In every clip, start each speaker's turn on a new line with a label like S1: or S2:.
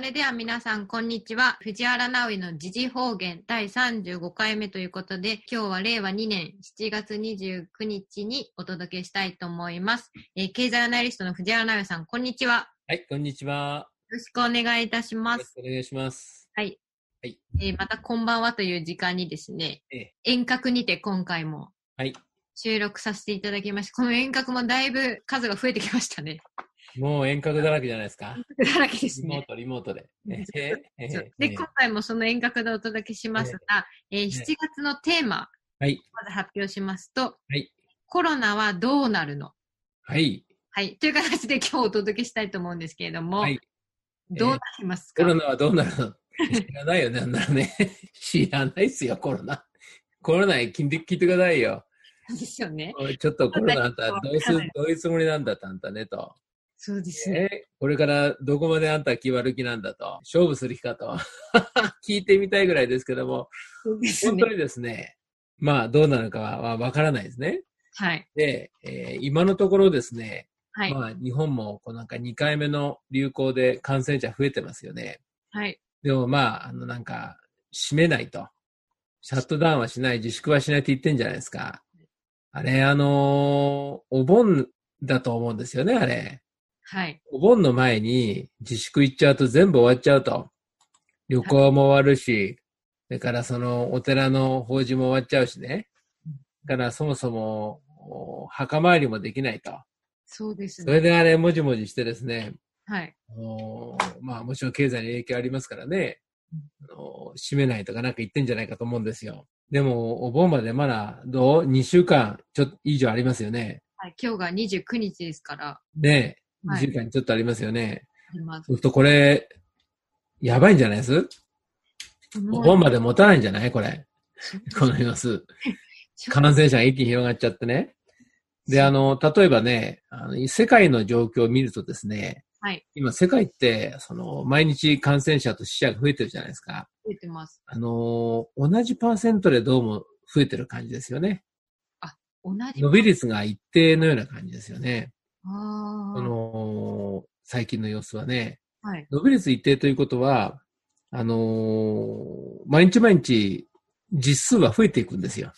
S1: れでは皆さん、こんにちは。藤原直樹の時事方言第35回目ということで、今日は令和2年7月29日にお届けしたいと思います。えー経済アナリストの藤原直樹さん、こんにちは。
S2: はい、こんにちは。
S1: よろしくお願いいたし
S2: よ
S1: ま
S2: ろし
S1: す。
S2: くお願いします。
S1: はい。
S2: はい
S1: えーまたこんばんはという時間にですね、
S2: ええ
S1: 遠隔にて今回も
S2: はい。
S1: 収録させていただきました。この遠隔もだいぶ数が増えてきましたね。
S2: もう遠隔だらけじゃないですか。
S1: だらけです
S2: リモ
S1: ね
S2: ー。ト、リモートで。
S1: ね
S2: えええ
S1: そう
S2: え
S1: で、今回もその遠隔でお届けしますが、えー7月のテーマ、
S2: はい。
S1: まず発表しますと、
S2: はい。
S1: コロナはどうなるの
S2: はい。
S1: はい。という形で今日お届けしたいと思うんですけれども、
S2: はい。
S1: どうなります
S2: コ
S1: か、
S2: ロナはどうなるの知らないよね、あんなのね。知らないっすよ、コロナ。コロナに聞いて聞いてくださいよ。
S1: ですよね。
S2: おいちょっとコロナあんた、どうす
S1: わかんない、
S2: どういうつもりなんだってあんたねと。
S1: そうですね。
S2: ええこれからどこまであんた気悪気なんだと。勝負する気かと。 聞いてみたいぐらいですけども、
S1: そうです
S2: 本
S1: ね
S2: 当。にですね、まあどうなるかははわからないですね。
S1: はい。
S2: で、えー今のところですね、
S1: はい。
S2: まあ日本もこうなんか2回目の流行で感染者増えてますよね。
S1: はい。
S2: でもまあ、あのなんか、閉めないと。シャットダウンはしない、自粛はしないって言ってんじゃないですか。あれ、あのーお盆だと思うんですよね、あれ。
S1: はい。
S2: お盆の前に自粛行っちゃうと全部終わっちゃうと。旅行も終わるし、それからそのお寺の法事も終わっちゃうしね。だからそもそもお墓参りもできないと。
S1: そうです
S2: そ
S1: ね。
S2: れであれ、もじもじしてですね、
S1: はい。
S2: あのーまあもちろん経済に影響ありますからね、あのー閉めないとかなんか言ってんじゃないかと思うんですよ。でも、お盆までまだどう ?2 週間ちょっと以上ありますよね。
S1: はい。今日が29日ですから、
S2: ねえ、
S1: は
S2: 2
S1: い
S2: 週間ちょっとありますよね。
S1: 今、
S2: ちょっとこれ、やばいんじゃないですお
S1: も
S2: 盆
S1: う
S2: まで持たないんじゃない これ。この様子。感染者が一気に広がっちゃってね。で、あの、例えばね、あの世界の状況を見るとですね、
S1: はい
S2: 今世界って、その、毎日感染者と死者が増えてるじゃないですか。
S1: 出てます。
S2: あの、同じパーセントでどうも増えてる感じですよね。
S1: 同じ。
S2: 伸び率が一定のような感じですよね。
S1: あ
S2: あ
S1: あ。
S2: の、最近の様子はね。
S1: はい。
S2: 伸び率一定ということは、あのー毎日毎日実数は増えていくんですよ。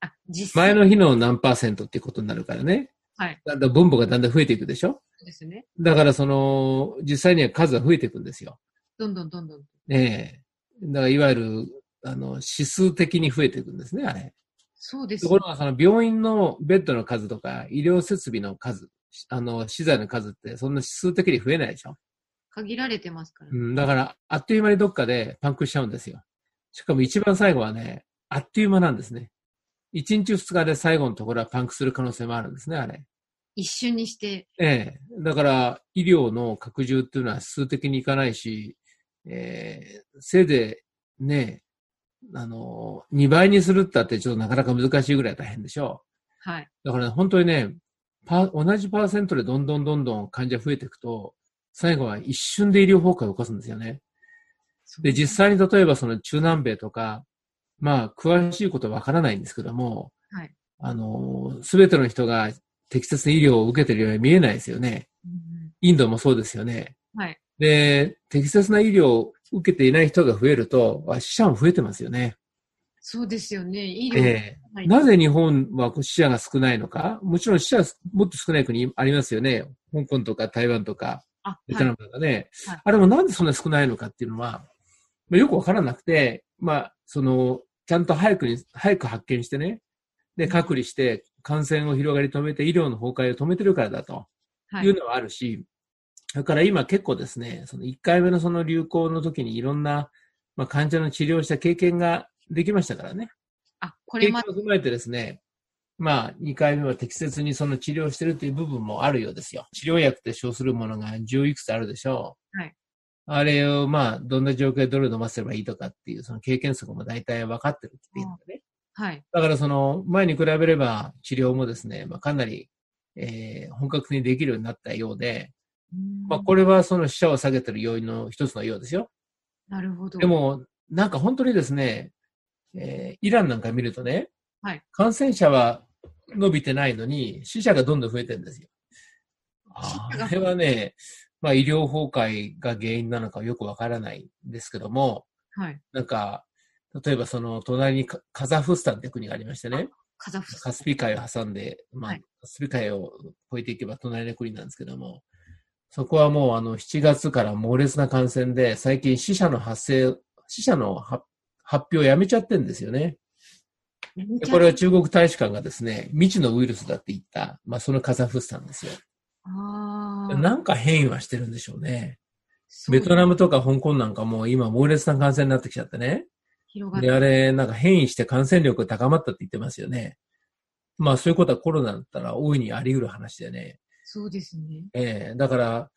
S1: あ、実際
S2: 前の日の何パーセントっていうことになるからね。
S1: はい。
S2: だんだん分母がだんだん増えていくでしょ
S1: ですね。
S2: だからその、実際には数は増えていくんですよ。
S1: どんどんどんどん。
S2: ええだからいわゆる、あの、指数的に増えていくんですね、あれ。
S1: そうです
S2: と
S1: ね
S2: ころがその病院のベッドの数とか、医療設備の数、あの、資材の数ってそんな指数的に増えないでしょ
S1: 限られてますから。
S2: うん、だから、あっという間にどっかでパンクしちゃうんですよ。しかも一番最後はね、あっという間なんですね。一日二日で最後のところはパンクする可能性もあるんですね、あれ。
S1: 一瞬にして、
S2: ええ。だから、医療の拡充っていうのは数的にいかないし、ええせいで、ね、あの、2倍にするったってちょっとなかなか難しいぐらい大変でしょ
S1: はい。
S2: う。だから、ね、本当にね、パ同じパーセントでどんどんどんどん患者増えていくと、最後は一瞬で医療崩壊を起こすんですよね。で、実際に例えばその中南米とか、まあ、詳しいことはわからないんですけども、
S1: はい
S2: あの、すべての人が適切な医療を受けてるように見えないですよね。
S1: うん
S2: インドもそうですよね。
S1: はい。
S2: で、適切な医療を受けていない人が増えると、あ死者も増えてますよね。
S1: そうですよね。医療、
S2: え
S1: は
S2: え
S1: い
S2: なぜ日本はこう死者が少ないのかもちろん死者はもっと少ない国ありますよね。香港とか台湾とか。
S1: あ、
S2: ベ
S1: は
S2: ト
S1: い
S2: ナムとかね、
S1: はい
S2: あれもなんでそんな少ないのかっていうのは、まあ、よくわからなくて、まあ、その、ちゃんと早くに、早く発見してね、で、隔離して、感染を広がり止めて、医療の崩壊を止めてるからだと
S1: はい
S2: いうのはあるし、だから今結構ですね、その1回目のその流行の時にいろんな、まあ、患者の治療をした経験ができましたからね。
S1: あ、こ
S2: 経
S1: れ
S2: 験を
S1: まで、
S2: 踏まえてですね、まあ、2回目は適切にその治療してるという部分もあるようですよ。治療薬って称するものが10いくつあるでしょう。
S1: はい
S2: あれを、まあ、どんな状況でどれ飲ませればいいとかっていう、その経験則も大体分かってるっていうのでね。
S1: はい。
S2: だから、その、前に比べれば治療もですね、まあ、かなり、えー本格的にできるようになったようで、まあ、こ
S1: れ、
S2: れはその死者を下げてる要因の一つのようですよ。
S1: なるほど。
S2: で、も、なんか本当にですね、えーイランなんか見るとね、
S1: はい
S2: 感染者は伸びてないのに、死者がどんどん増えてるんですよ。
S1: 死者が
S2: あれはね、まあ医療崩壊が原因なのかよくわからないんですけども、
S1: はい。
S2: なんか、例えばその隣にカカザフスタンって国がありましてね、
S1: カザフス
S2: カスピ海を挟んで、まあ、
S1: はい
S2: カスピ海を越えていけば隣の国なんですけども、そこはもうあの7月から猛烈な感染で、最近死者の発生、死者の発発表をやめちゃってるんですよね。でこれは中国大使館がですね、未知のウイルスだって言った、まあそのカザフスタンですよ。
S1: ああ。
S2: なんか変異はしてるんでしょうね。
S1: そう
S2: ベトナムとか香港なんかもう今猛烈な感染になってきちゃってね。
S1: 広が
S2: で、
S1: る。
S2: あれ、なんか変異して感染力が高まったって言ってますよね。まあそういうことはコロナだったら大いにあり得る話でね。
S1: そうですね。
S2: ええだから、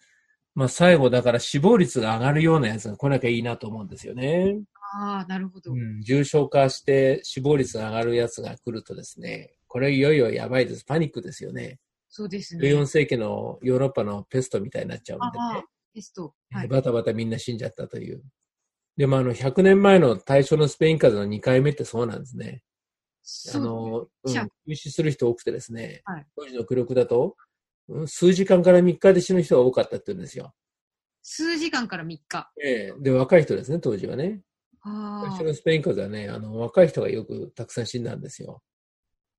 S2: まあ最後だから死亡率が上がるようなやつが来なきゃいいなと思うんですよね。
S1: ああ、なるほど。
S2: うん、重症化して死亡率が上がるやつが来るとですね、これいよいよやばいです。パニックですよね。
S1: そうですね。
S2: 14世紀のヨーロッパのペストみたいになっちゃうん
S1: あ
S2: でね
S1: あ。、テスト。はい。
S2: バタバタみんな死んじゃったという。でもあの、100年前の対象のスペイン風邪の2回目ってそうなんですね。あ
S1: そう。
S2: の、うん、
S1: じゃあ
S2: 休止する人多くてですね、
S1: はい
S2: 当時の記録だと、うん数時間から3日で死ぬ人が多かったって言うんですよ。
S1: 数時間から3日。
S2: ええで、若い人ですね、当時はね。
S1: あ
S2: 最
S1: あ
S2: 初、のスペイン風邪はね、あの、若い人がよくたくさん死んだんですよ。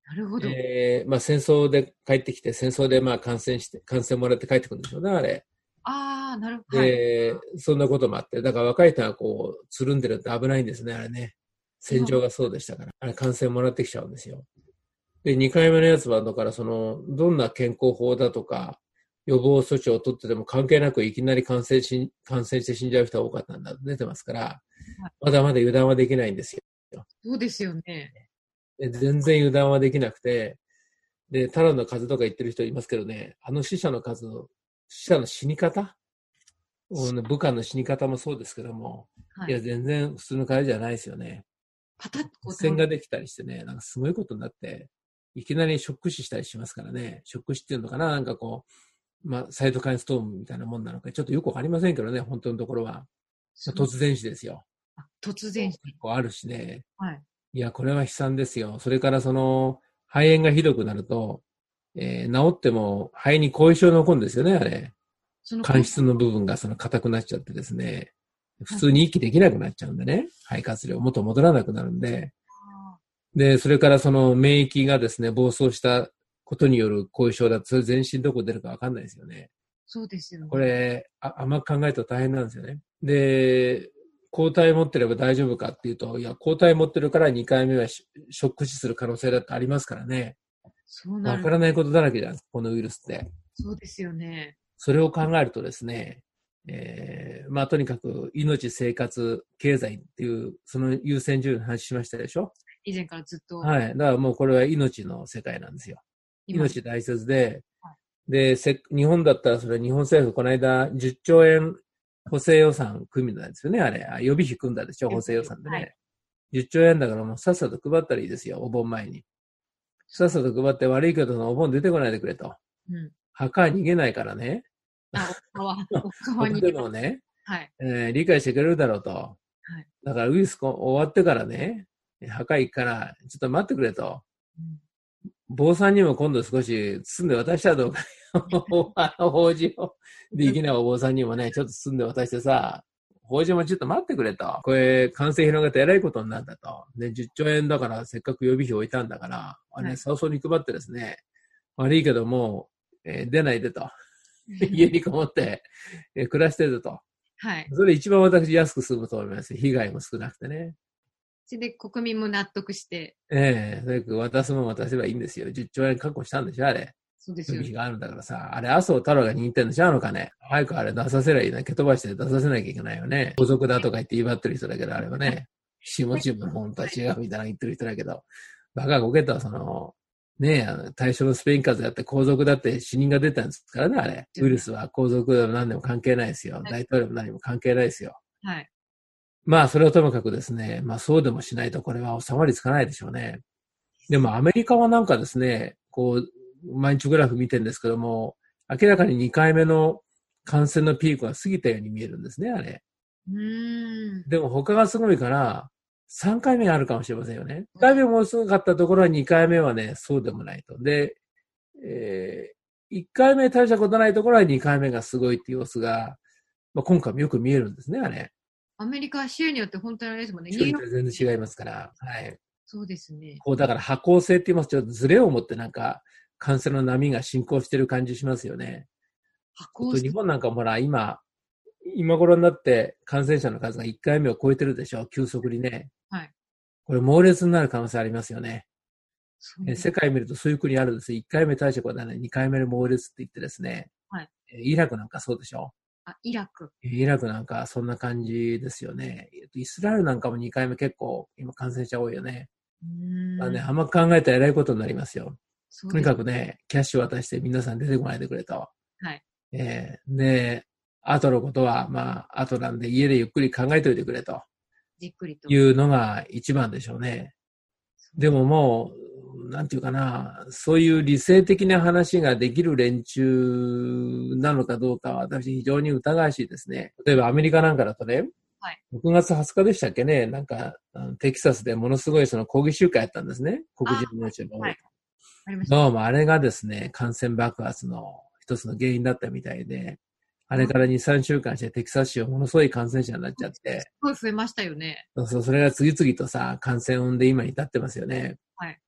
S1: なるほど。
S2: ええまあ戦争で帰ってきて、戦争でまあ感染して、感染もらって帰ってくるんでしょうね、あれ。
S1: ああ、なるほど。はい。
S2: で、そんなこともあって、だから若い人がこう、つるんでると危ないんですね、あれね。戦場がそうでしたから、あれ感染もらってきちゃうんですよ。で、2回目のやつは、だからその、どんな健康法だとか、予防措置を取ってても関係なくいきなり感染し、感染して死んじゃう人が多かったんだと出てますから、まだまだ油断はできないんですよ。
S1: そうですよね。
S2: で全然油断はできなくて、で、タラの数とか言ってる人いますけどね、あの死者の数の、死者の死に方もうね部下の死に方もそうですけども、
S1: はい
S2: い、や、全然普通の会じゃないですよね。
S1: パタッとこう
S2: 線ができたりしてね、なんかすごいことになって、いきなりショック死したりしますからね、ショック死っていうのかな、なんかこう、まあ、サイトカインストームみたいなもんなのか、ちょっとよくわかりませんけどね、本当のところは。
S1: そう
S2: 突然死ですよ。
S1: あ突然して。
S2: 結構あるしね、
S1: はい。
S2: いや、これは悲惨ですよ。それからその、肺炎がひどくなると、えー治っても肺に後遺症が残るんですよね、あれ。
S1: その
S2: 間質の部分がその硬くなっちゃってですね、普通に息できなくなっちゃうんでね、肺活量、元戻らなくなるんで、
S1: あ
S2: で、それからその免疫がですね、暴走したことによる後遺症だと、それ全身どこ出るかわかんないですよね。
S1: そうですよね。
S2: これあ、甘く考えると大変なんですよね。で、抗体持ってれば大丈夫かっていうと、いや、抗体持ってるから2回目はしショック死する可能性だってありますからね。
S1: そうな
S2: わ
S1: る
S2: か。らないことだらけじゃないですか、このウイルスって。
S1: そうですよね。
S2: それを考えるとですね、えー、まあ、とにかく、命、生活、経済っていう、その優先順位の話しましたでしょ
S1: 以前からずっと。
S2: はい。だからもうこれは命の世界なんですよ。
S1: 今
S2: 命大切で
S1: は、
S2: で、せ日本だったらそれ日本政府この間10兆円補正予算組んだんですよね、あれ。あ予備費組んだでしょ、補正予算でね。
S1: はい
S2: 10兆円だからもうさっさと配ったらいいですよ、お盆前に。さっさと配って悪いけどそのお盆出てこないでくれと。
S1: うん。
S2: 墓は逃げないからね。
S1: あ、お川、 お川
S2: 僕
S1: に。
S2: でもね、
S1: はい。
S2: えー理解してくれるだろうと。だからウイルスこ終わってからね、墓行くから、ちょっと待ってくれと。
S1: うん
S2: 坊さんにも今度少し包んで渡したらどうか よ。あの法事を。できないお坊さんにもね、ちょっと包んで渡してさ、法事もちょっと待ってくれと。これ、感染広がってえらいことになったと。で、10兆円だから、せっかく予備費置いたんだから、あ
S1: は
S2: れ、
S1: い
S2: 早々に配ってですね、悪いけどもう、えー出ないでと。 家にこもって、えー暮らしてると。
S1: はい。
S2: それ一番私安く済むと思います。被害も少なくてね。
S1: それで国民も納得して、
S2: ええとにかく渡すもん渡せばいいんですよ。10兆円確保したんでしょ、あれ。
S1: そうです
S2: 予
S1: よ
S2: 備
S1: ね
S2: 費。があるんだからさ。あれ、麻生太郎が握ってんでしょ、あの金。早くあれ出させりゃいいな。蹴飛ばして出させなきゃいけないよね。皇族だとか言って威張ってる人だけど、あれはね。下地も本当は違うみたいなの言ってる人だけど。バカこけた、その、ねえあの、対象のスペイン風邪だって皇族だって死人が出たんですからね、あれ。ウイルスは皇族でも何でも関係ないですよ。大統領も何も関係ないですよ。
S1: はい。
S2: まあ、それはともかくですね、まあ、そうでもしないと、これは収まりつかないでしょうね。でも、アメリカはなんかですね、こう、毎日グラフ見てるんですけども、明らかに2回目の感染のピークが過ぎたように見えるんですね、あれ。
S1: うーん。
S2: でも、他がすごいから、3回目あるかもしれませんよね。1回目もすごかったところは2回目はね、そうでもないと。で、え1回目大したことないところは2回目がすごいっていう様子が、まあ、今回もよく見えるんですね、あれ。
S1: アメリカは州によって本当にあれですもんね。
S2: 州によって全然違いますから。はい。
S1: そうですね。
S2: こう、だから波行性って言いますと、ちょっとズレを持ってなんか、感染の波が進行してる感じしますよね。
S1: 箱
S2: あと日本なんかもほら、今、今頃になって感染者の数が1回目を超えてるでしょ、急速にね。
S1: はい。
S2: これ猛烈になる可能性ありますよね。
S1: そう
S2: え世界見るとそういう国あるんですよ。1回目大したことはない、2回目で猛烈って言ってですね。
S1: はい
S2: えイラクなんかそうでしょ。
S1: あ、イラク。
S2: えイラクなんかそんな感じですよね。えっとイスラエルなんかも2回目結構今感染者多いよね。
S1: うーん
S2: まあね、甘く考えたら偉いことになりますよ。
S1: そう
S2: と
S1: で
S2: に
S1: す
S2: かくね、キャッシュ渡して皆さん出てこないでくれと。
S1: はい。
S2: えー、で、後のことは、まあ、後なんで家でゆっくり考えておいてくれと
S1: じっくりと。
S2: いうのが一番でしょうね。でももう、なんていうかな、そういう理性的な話ができる連中なのかどうかは私非常に疑わしいですね。例えばアメリカなんかだとね、
S1: はい
S2: 6月20日でしたっけね、なんか、あのテキサスでものすごいその抗議集会やったんですね。黒人の人が多い
S1: はいありました。
S2: どうもあれがですね、感染爆発の一つの原因だったみたいで、あれから2、3週間してテキサス州ものすごい感染者になっちゃっ
S1: す
S2: て、
S1: ごい増えましたよね。
S2: そうそうそれが次々とさ、感染を生んで今に至ってますよね。
S1: はい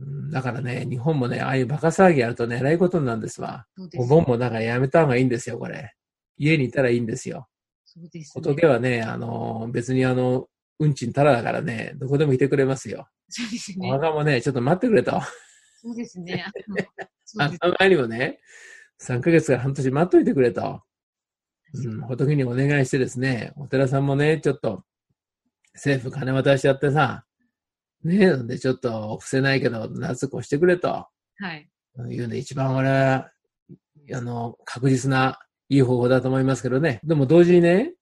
S2: うん。だからね、日本もね、ああいうバカ騒ぎやるとね、えらいことになるんですわ。
S1: そうです。
S2: お盆もだからやめた方がいいんですよ、これ。家にいたらいいんですよ。
S1: そうです、ね。
S2: 仏はね、あの、別にあの、運賃たらだからね、どこでもいてくれますよ。
S1: そうです
S2: お
S1: ね。
S2: 墓もね、ちょっと待ってくれと。
S1: そうです ね。あのそう
S2: あ
S1: です。
S2: 前にもね、3ヶ月から半年待っといてくれと、うん、仏にお願いしてですね、お寺さんもね、ちょっと、政府金渡しちゃってさ、ねえ、でちょっと、伏せないけど、夏越してくれと、
S1: はい。
S2: いうね、一番俺は、あの、確実ないい方法だと思いますけどね。でも同時にね、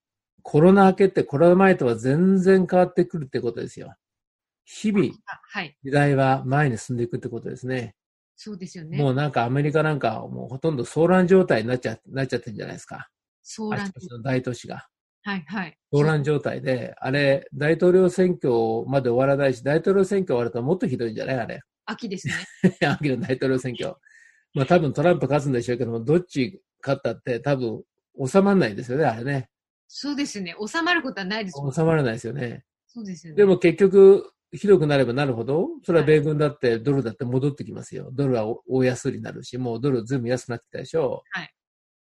S2: コロナ明けってコロナ前とは全然変わってくるってことですよ。日々、
S1: あはい。
S2: 時代は前に進んでいくってことですね。
S1: そうですよ
S2: も
S1: ね。
S2: うなんかアメリカなんかもうほとんど騒乱状態になっちゃなっちゃってるんじゃないですか。
S1: 騒
S2: あ
S1: 乱
S2: ち。こちの大都市が。
S1: はいはい。
S2: 騒乱状態で、あれ、大統領選挙まで終わらないし、大統領選挙終わるともっとひどいんじゃないあれ。
S1: 秋ですね。
S2: 秋の大統領選挙。まあ多分トランプ勝つんでしょうけども、どっち勝ったって多分収まらないですよね、あれね。
S1: そうですね。収まることはないですもん。
S2: 収まらないですよね。
S1: そうですよね。
S2: でも結局、ひどくなればなるほど、それは米軍だってドルだって戻ってきますよ。ドルはお大安売りになるし、もうドルずいぶん安くなってきたでしょう。
S1: はい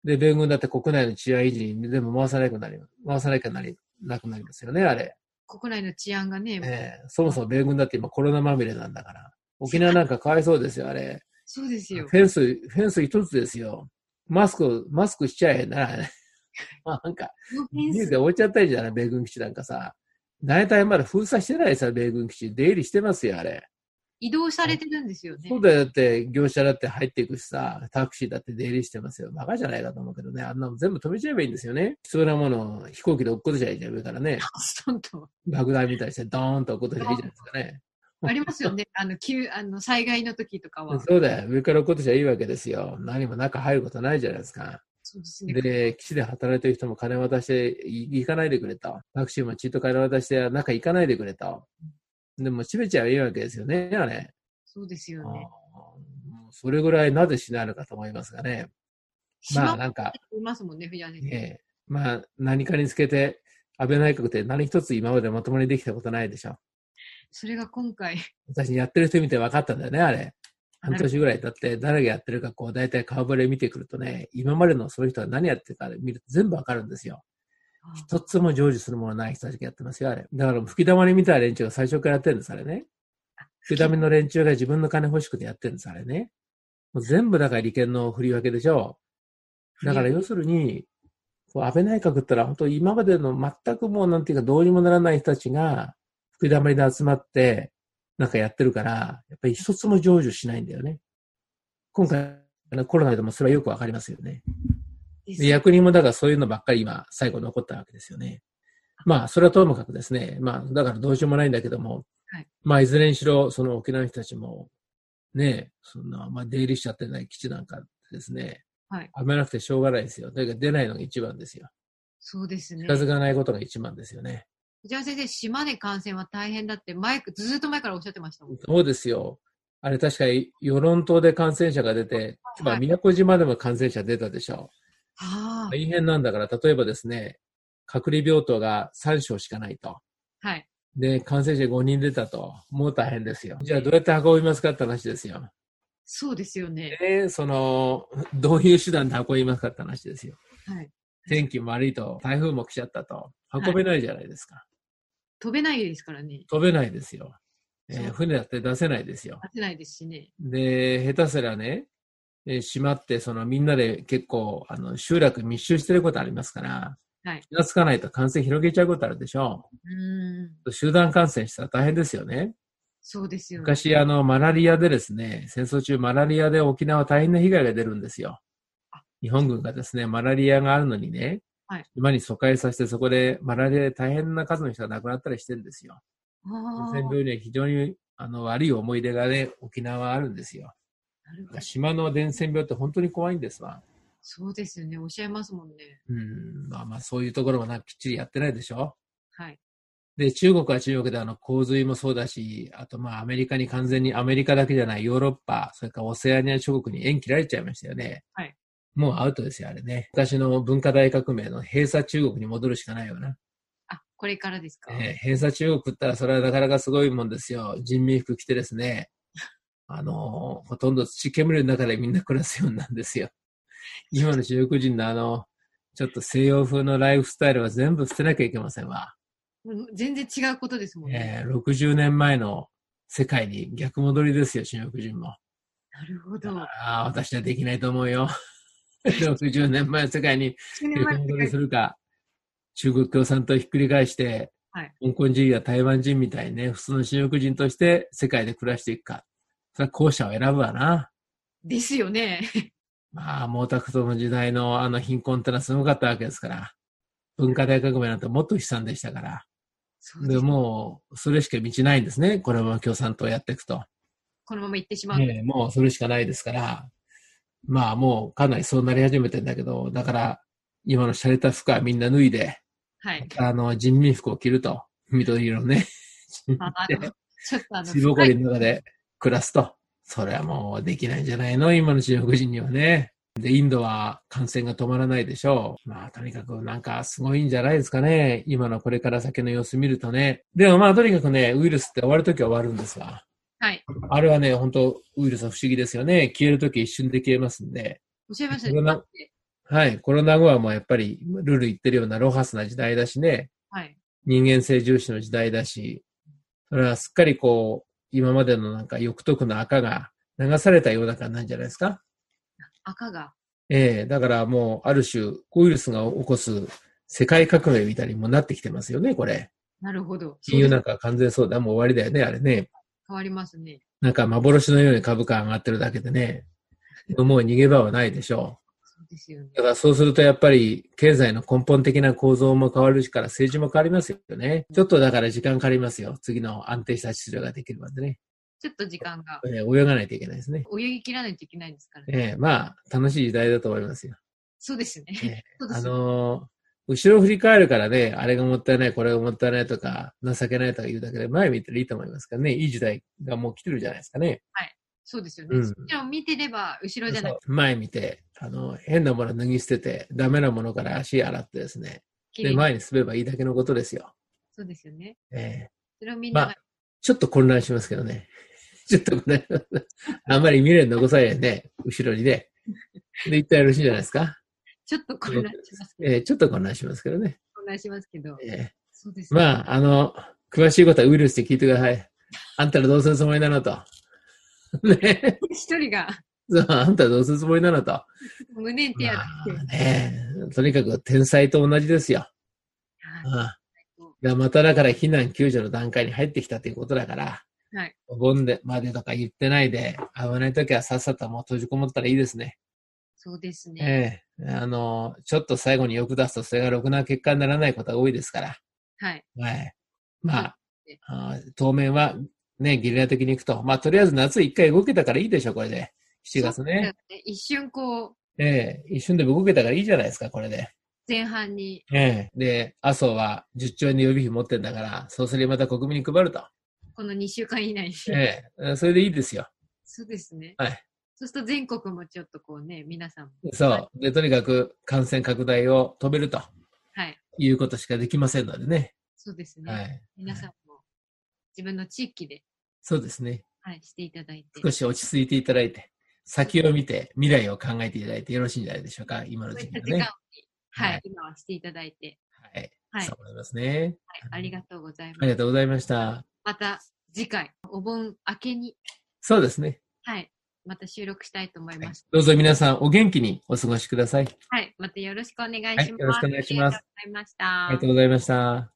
S2: で、米軍だって国内の治安維持にでも回さなくなり、回さなきゃなり、なくなりますよね、あれ。
S1: 国内の治安がね、
S2: ええそもそも米軍だって今コロナまみれなんだから。沖縄なんかかわいそうですよ、あれ。
S1: そうです
S2: フ
S1: よ。
S2: ェンス、フェンス一つですよ。マスク、マスクしちゃえな ら、まあなんか、
S1: このフェン
S2: ニュース
S1: ス
S2: で置いちゃったりじゃない、米軍基地なんかさ。大体まだ封鎖してないさ、米軍基地。出入りしてますよ、あれ。
S1: 移動されてるんですよね
S2: そ。うだよ、だって、業者だって入っていくしさ、タクシーだって出入りしてますよ。バカじゃないかと思うけどね、あんなの全部止めちゃえばいいんですよね。必要なものを飛行機で落っことしちゃいいじゃん、上から ね。
S1: ストンと。
S2: 爆弾みたいにして、ドーンと落っことしちゃいいじゃないですかね。
S1: ありますよね。あの、急、あの、災害の時とかは。
S2: そうだよ、上から落っことしちゃいいわけですよ。何も中入ることないじゃないですか。
S1: そうですね。
S2: で、基地で働いてる人も金渡してい行かないでくれと。タクシーもちっと金渡して中行かないでくれと。でも閉めちゃえばいいわけですよね、あれ。
S1: そうです
S2: あー
S1: よね。
S2: もうそれぐらいなぜしないのかと思いますがね。まあ
S1: 島
S2: なんか、
S1: いますもんね、藤原先
S2: え
S1: 生。
S2: えまあ何かにつけて、安倍内閣って何一つ今までまともにできたことないでしょ。
S1: それが今回、
S2: 私やってる人見て分かったんだよね、あれ。半年ぐらい経って誰がやってるかこう大体顔ぶれ見てくるとね、今までのそういう人は何やってるか見ると全部わかるんですよ。一つも成就するものない人たちがやってますよ、あれ。だから吹き溜まりみたいな連中が最初からやってるんです、あれね。吹き溜めの連中が自分の金欲しくてやってるんです、あれね。もう全部だから利権の振り分けでしょう。だから要するに、こう安倍内閣ったら本当今までの全くもうなんていうかどうにもならない人たちが吹き溜まりで集まってなんかやってるから、やっぱり一つも成就しないんだよね。今回のコロナでもそれはよくわかりますよね。
S1: です
S2: で役人もだからそういうのばっかり今、最後残ったわけですよね。まあ、それはともかくですね。まあ、だからどうしようもないんだけども、
S1: はい
S2: まあ、いずれにしろ、その沖縄の人たちも、ね、そんな、まあ、出入りしちゃってない基地なんかですね、
S1: はい
S2: 危なくてしょうがないですよ。だから出ないのが一番ですよ。
S1: そうですね
S2: 近。づかないことが一番ですよね。
S1: 藤原先生、島で感染は大変だって、マイク、ずーっと前からおっしゃってましたもん。
S2: そうですよ。あれ確か与論島で感染者が出て、まあ、宮古島でも感染者出たでしょ
S1: あ
S2: う。大変なんだから、例えばですね、隔離病棟が3床しかないと。
S1: あ。はい。
S2: で、感染者5人出たと。もう大変ですよ。じゃあどうやって運びますかって話ですよ。
S1: そうですよね。
S2: で、その、どういう手段で運びますかって話ですよ。
S1: はい。
S2: 天気も悪いと、台風も来ちゃったと。運べないじゃないですか。
S1: 飛べないですからね。
S2: 飛べないですよ。え
S1: そ
S2: ー
S1: う
S2: 船だって出せないですよ。
S1: 出せないですしね。
S2: で、下手すりゃね、えー島って、そのみんなで結構、あの、集落密集してることありますから、
S1: はい
S2: 気がつかないと感染広げちゃうことあるでしょ
S1: うーん。
S2: う。集団感染したら大変ですよね。
S1: そうですよね。
S2: 昔、あの、マラリアでですね、戦争中マラリアで沖縄大変な被害が出るんですよ
S1: あ。
S2: 日本軍がですね、マラリアがあるのにね、
S1: はい
S2: 島に疎開させて、そこでマラリアで大変な数の人が亡くなったりしてるんですよ。
S1: あー
S2: 伝染病には非常にあの悪い思い出がね、沖縄はあるんですよ。
S1: なるほど
S2: 島の伝染病って本当に怖いんですわ。
S1: そうですよね。おっしゃいますもんね。
S2: うん、まあまあそういうところもなんかきっちりやってないでしょ。
S1: はい。
S2: で、中国は中国であの洪水もそうだし、あとまあアメリカに完全にアメリカだけじゃないヨーロッパ、それからオセアニア諸国に縁切られちゃいましたよね。
S1: はい。
S2: もうアウトですよ、あれね。昔の文化大革命の閉鎖中国に戻るしかないよな。
S1: あ、これからですか、
S2: えー閉鎖中国ったらそれはなかなかすごいもんですよ。人民服着てで すね、あのーほとんど土煙の中でみんな暮らすようになんですよ。今の中国人のあの、ちょっと西洋風のライフスタイルは全部捨てなきゃいけませんわ。
S1: うん全然違うことですもんね。
S2: えー60年前の世界に逆戻りですよ、中国人も。
S1: なるほど。
S2: ああー、私はできないと思うよ。60年前の世界に
S1: 10年前
S2: 逆
S1: の
S2: 戻
S1: 世
S2: りす
S1: 界
S2: るか、中国共産党をひっくり返して、
S1: はい
S2: 香港人や台湾人みたいにね、普通の中国人として世界で暮らしていくか。それは後者を選ぶわな。
S1: ですよね。
S2: まあ、毛沢東の時代のあの貧困ってのはすごかったわけですから。文化大革命なんてもっと悲惨でしたから。
S1: そうで
S2: で、
S1: す
S2: もう、それしか道ないんですね。このまま共産党をやっていくと。
S1: このまま行ってしまう。
S2: ええもうそれしかないですから、まあもうかなりそうなり始めてんだけど、だから今の洒落た服はみんな脱いで、
S1: はい。
S2: あの、人民服を着ると、緑色のね、
S1: ああの、ちょっとあの、
S2: 水ぼこりの中で暮らすと。それはもうできないんじゃないの今の中国人にはね。で、インドは感染が止まらないでしょう。まあ、とにかくなんかすごいんじゃないですかね。今のこれから先の様子見るとね。でもまあ、とにかくね、ウイルスって終わるときは終わるんですわ。
S1: はい。
S2: あれはね、本当ウイルスは不思議ですよね。消えるとき一瞬で消えますんで。
S1: おっしゃいました
S2: コロナ
S1: ね。
S2: はい。コロナ後はもうやっぱり、ルール言ってるようなロハスな時代だしね。
S1: はい。
S2: 人間性重視の時代だし、それはすっかりこう、今までのなんか欲得の赤が流されたような感じなんじゃないですか。
S1: 赤が。
S2: ええだからもうある種、ウイルスが起こす世界革命みたいにもなってきてますよね、これ。
S1: なるほど。
S2: 金融な
S1: そうで
S2: ん
S1: す
S2: かは完全そうだ。もう終わりだよね、あれね。
S1: 変わりますね。
S2: なんか幻のように株価上がってるだけでね。もう逃げ場はないでしょ
S1: そうですよね
S2: う。。だからそうするとやっぱり経済の根本的な構造も変わるしから政治も変わりますよね。ちょっとだから時間かかりますよ。次の安定した秩序ができるまでね。
S1: ちょっと時間が。
S2: えー泳がないといけないですね。
S1: 泳ぎ切らないといけないですからね。
S2: えーまあ、楽しい時代だと思いますよ。
S1: そうですね。
S2: ええ
S1: そうで
S2: あ
S1: すね。
S2: のー後ろ振り返るからね、あれがもったいない、これがもったいないとか、情けないとか言うだけで、前見たらいいと思いますからね、いい時代がもう来てるじゃないですかね。
S1: そうですよね。
S2: うん
S1: そちらを見てれば、後ろじゃなく
S2: そう前見て、あの、変なもの脱ぎ捨てて、ダメなものから足洗ってですね、
S1: きり
S2: で、
S1: に。
S2: 前に進めばいいだけのことですよ。
S1: そうですよね。
S2: ええ
S1: それを見
S2: ま
S1: なが
S2: あ
S1: ら、、
S2: ちょっと混乱しますけどね。 ちょっと混乱します。あんまり未練残さないよね、後ろにね。で、行ったらよろしいんじゃないですか。
S1: ちょっと混乱しますけど、
S2: えーちょっと混乱しますけどね。
S1: 混乱しますけど、
S2: え
S1: そうです
S2: ー
S1: ね。
S2: まあ、あの、詳しいことはウイルスで聞いてください。あんたらどうするつもりなのと。 ね。
S1: 一人が
S2: そう、あんたらどうするつもりなのと。ま
S1: 胸に手当
S2: あ
S1: てて、
S2: ねとにかく天才と同じですよ。
S1: はい
S2: ああまただから避難救助の段階に入ってきたということだから、
S1: はい
S2: お盆でまでとか言ってないで、危ないときはさっさともう閉じこもったらいいですね。
S1: そうですね。
S2: ええあの、ちょっと最後に欲出すとそれがろくな結果にならないことが多いですから。
S1: はい。
S2: はい。まあ
S1: ね、
S2: あー当面は、ね、ゲリラ的に行くと。まあ、とりあえず夏一回動けたからいいでしょ、これで。7月
S1: そうです
S2: ね。
S1: ね。一瞬こう、
S2: ええ一瞬でも動けたからいいじゃないですか、これで。
S1: 前半に、
S2: ええで、麻生は10兆円の予備費持ってんだから、そうすればまた国民に配ると。
S1: この2週間以内に、
S2: ええそれでいいですよ。
S1: そうですね。
S2: はい。
S1: そうすると全国もちょっとこうね、皆さんも。
S2: そう。で、とにかく感染拡大を止めると
S1: はい。
S2: いうことしかできませんのでね。
S1: そうですね。
S2: はい。
S1: 皆さんも自分の地域で、
S2: そうですね。
S1: はい、していただいて。
S2: 少し落ち着いていただいて、先を見て未来を考えていただいてよろしいんじゃないでしょうか。今の
S1: そうい
S2: 時
S1: った
S2: 期は
S1: 時間に、
S2: ね。
S1: はい、
S2: はい
S1: 今はしていただいて、
S2: はい。
S1: はい
S2: そう思いますね。
S1: はい、ありがとうござい
S2: あ
S1: ま
S2: り
S1: す。
S2: がとうございました。
S1: また次回、お盆明けに、
S2: そうですね。
S1: はい、また収録したいと思い
S2: はい
S1: ます。
S2: どうぞ皆さんお元気にお過ごしください。
S1: はい、またよろしくお願いします。
S2: はいよろしくお願いします
S1: ありがとうございました。
S2: ありがとうございました。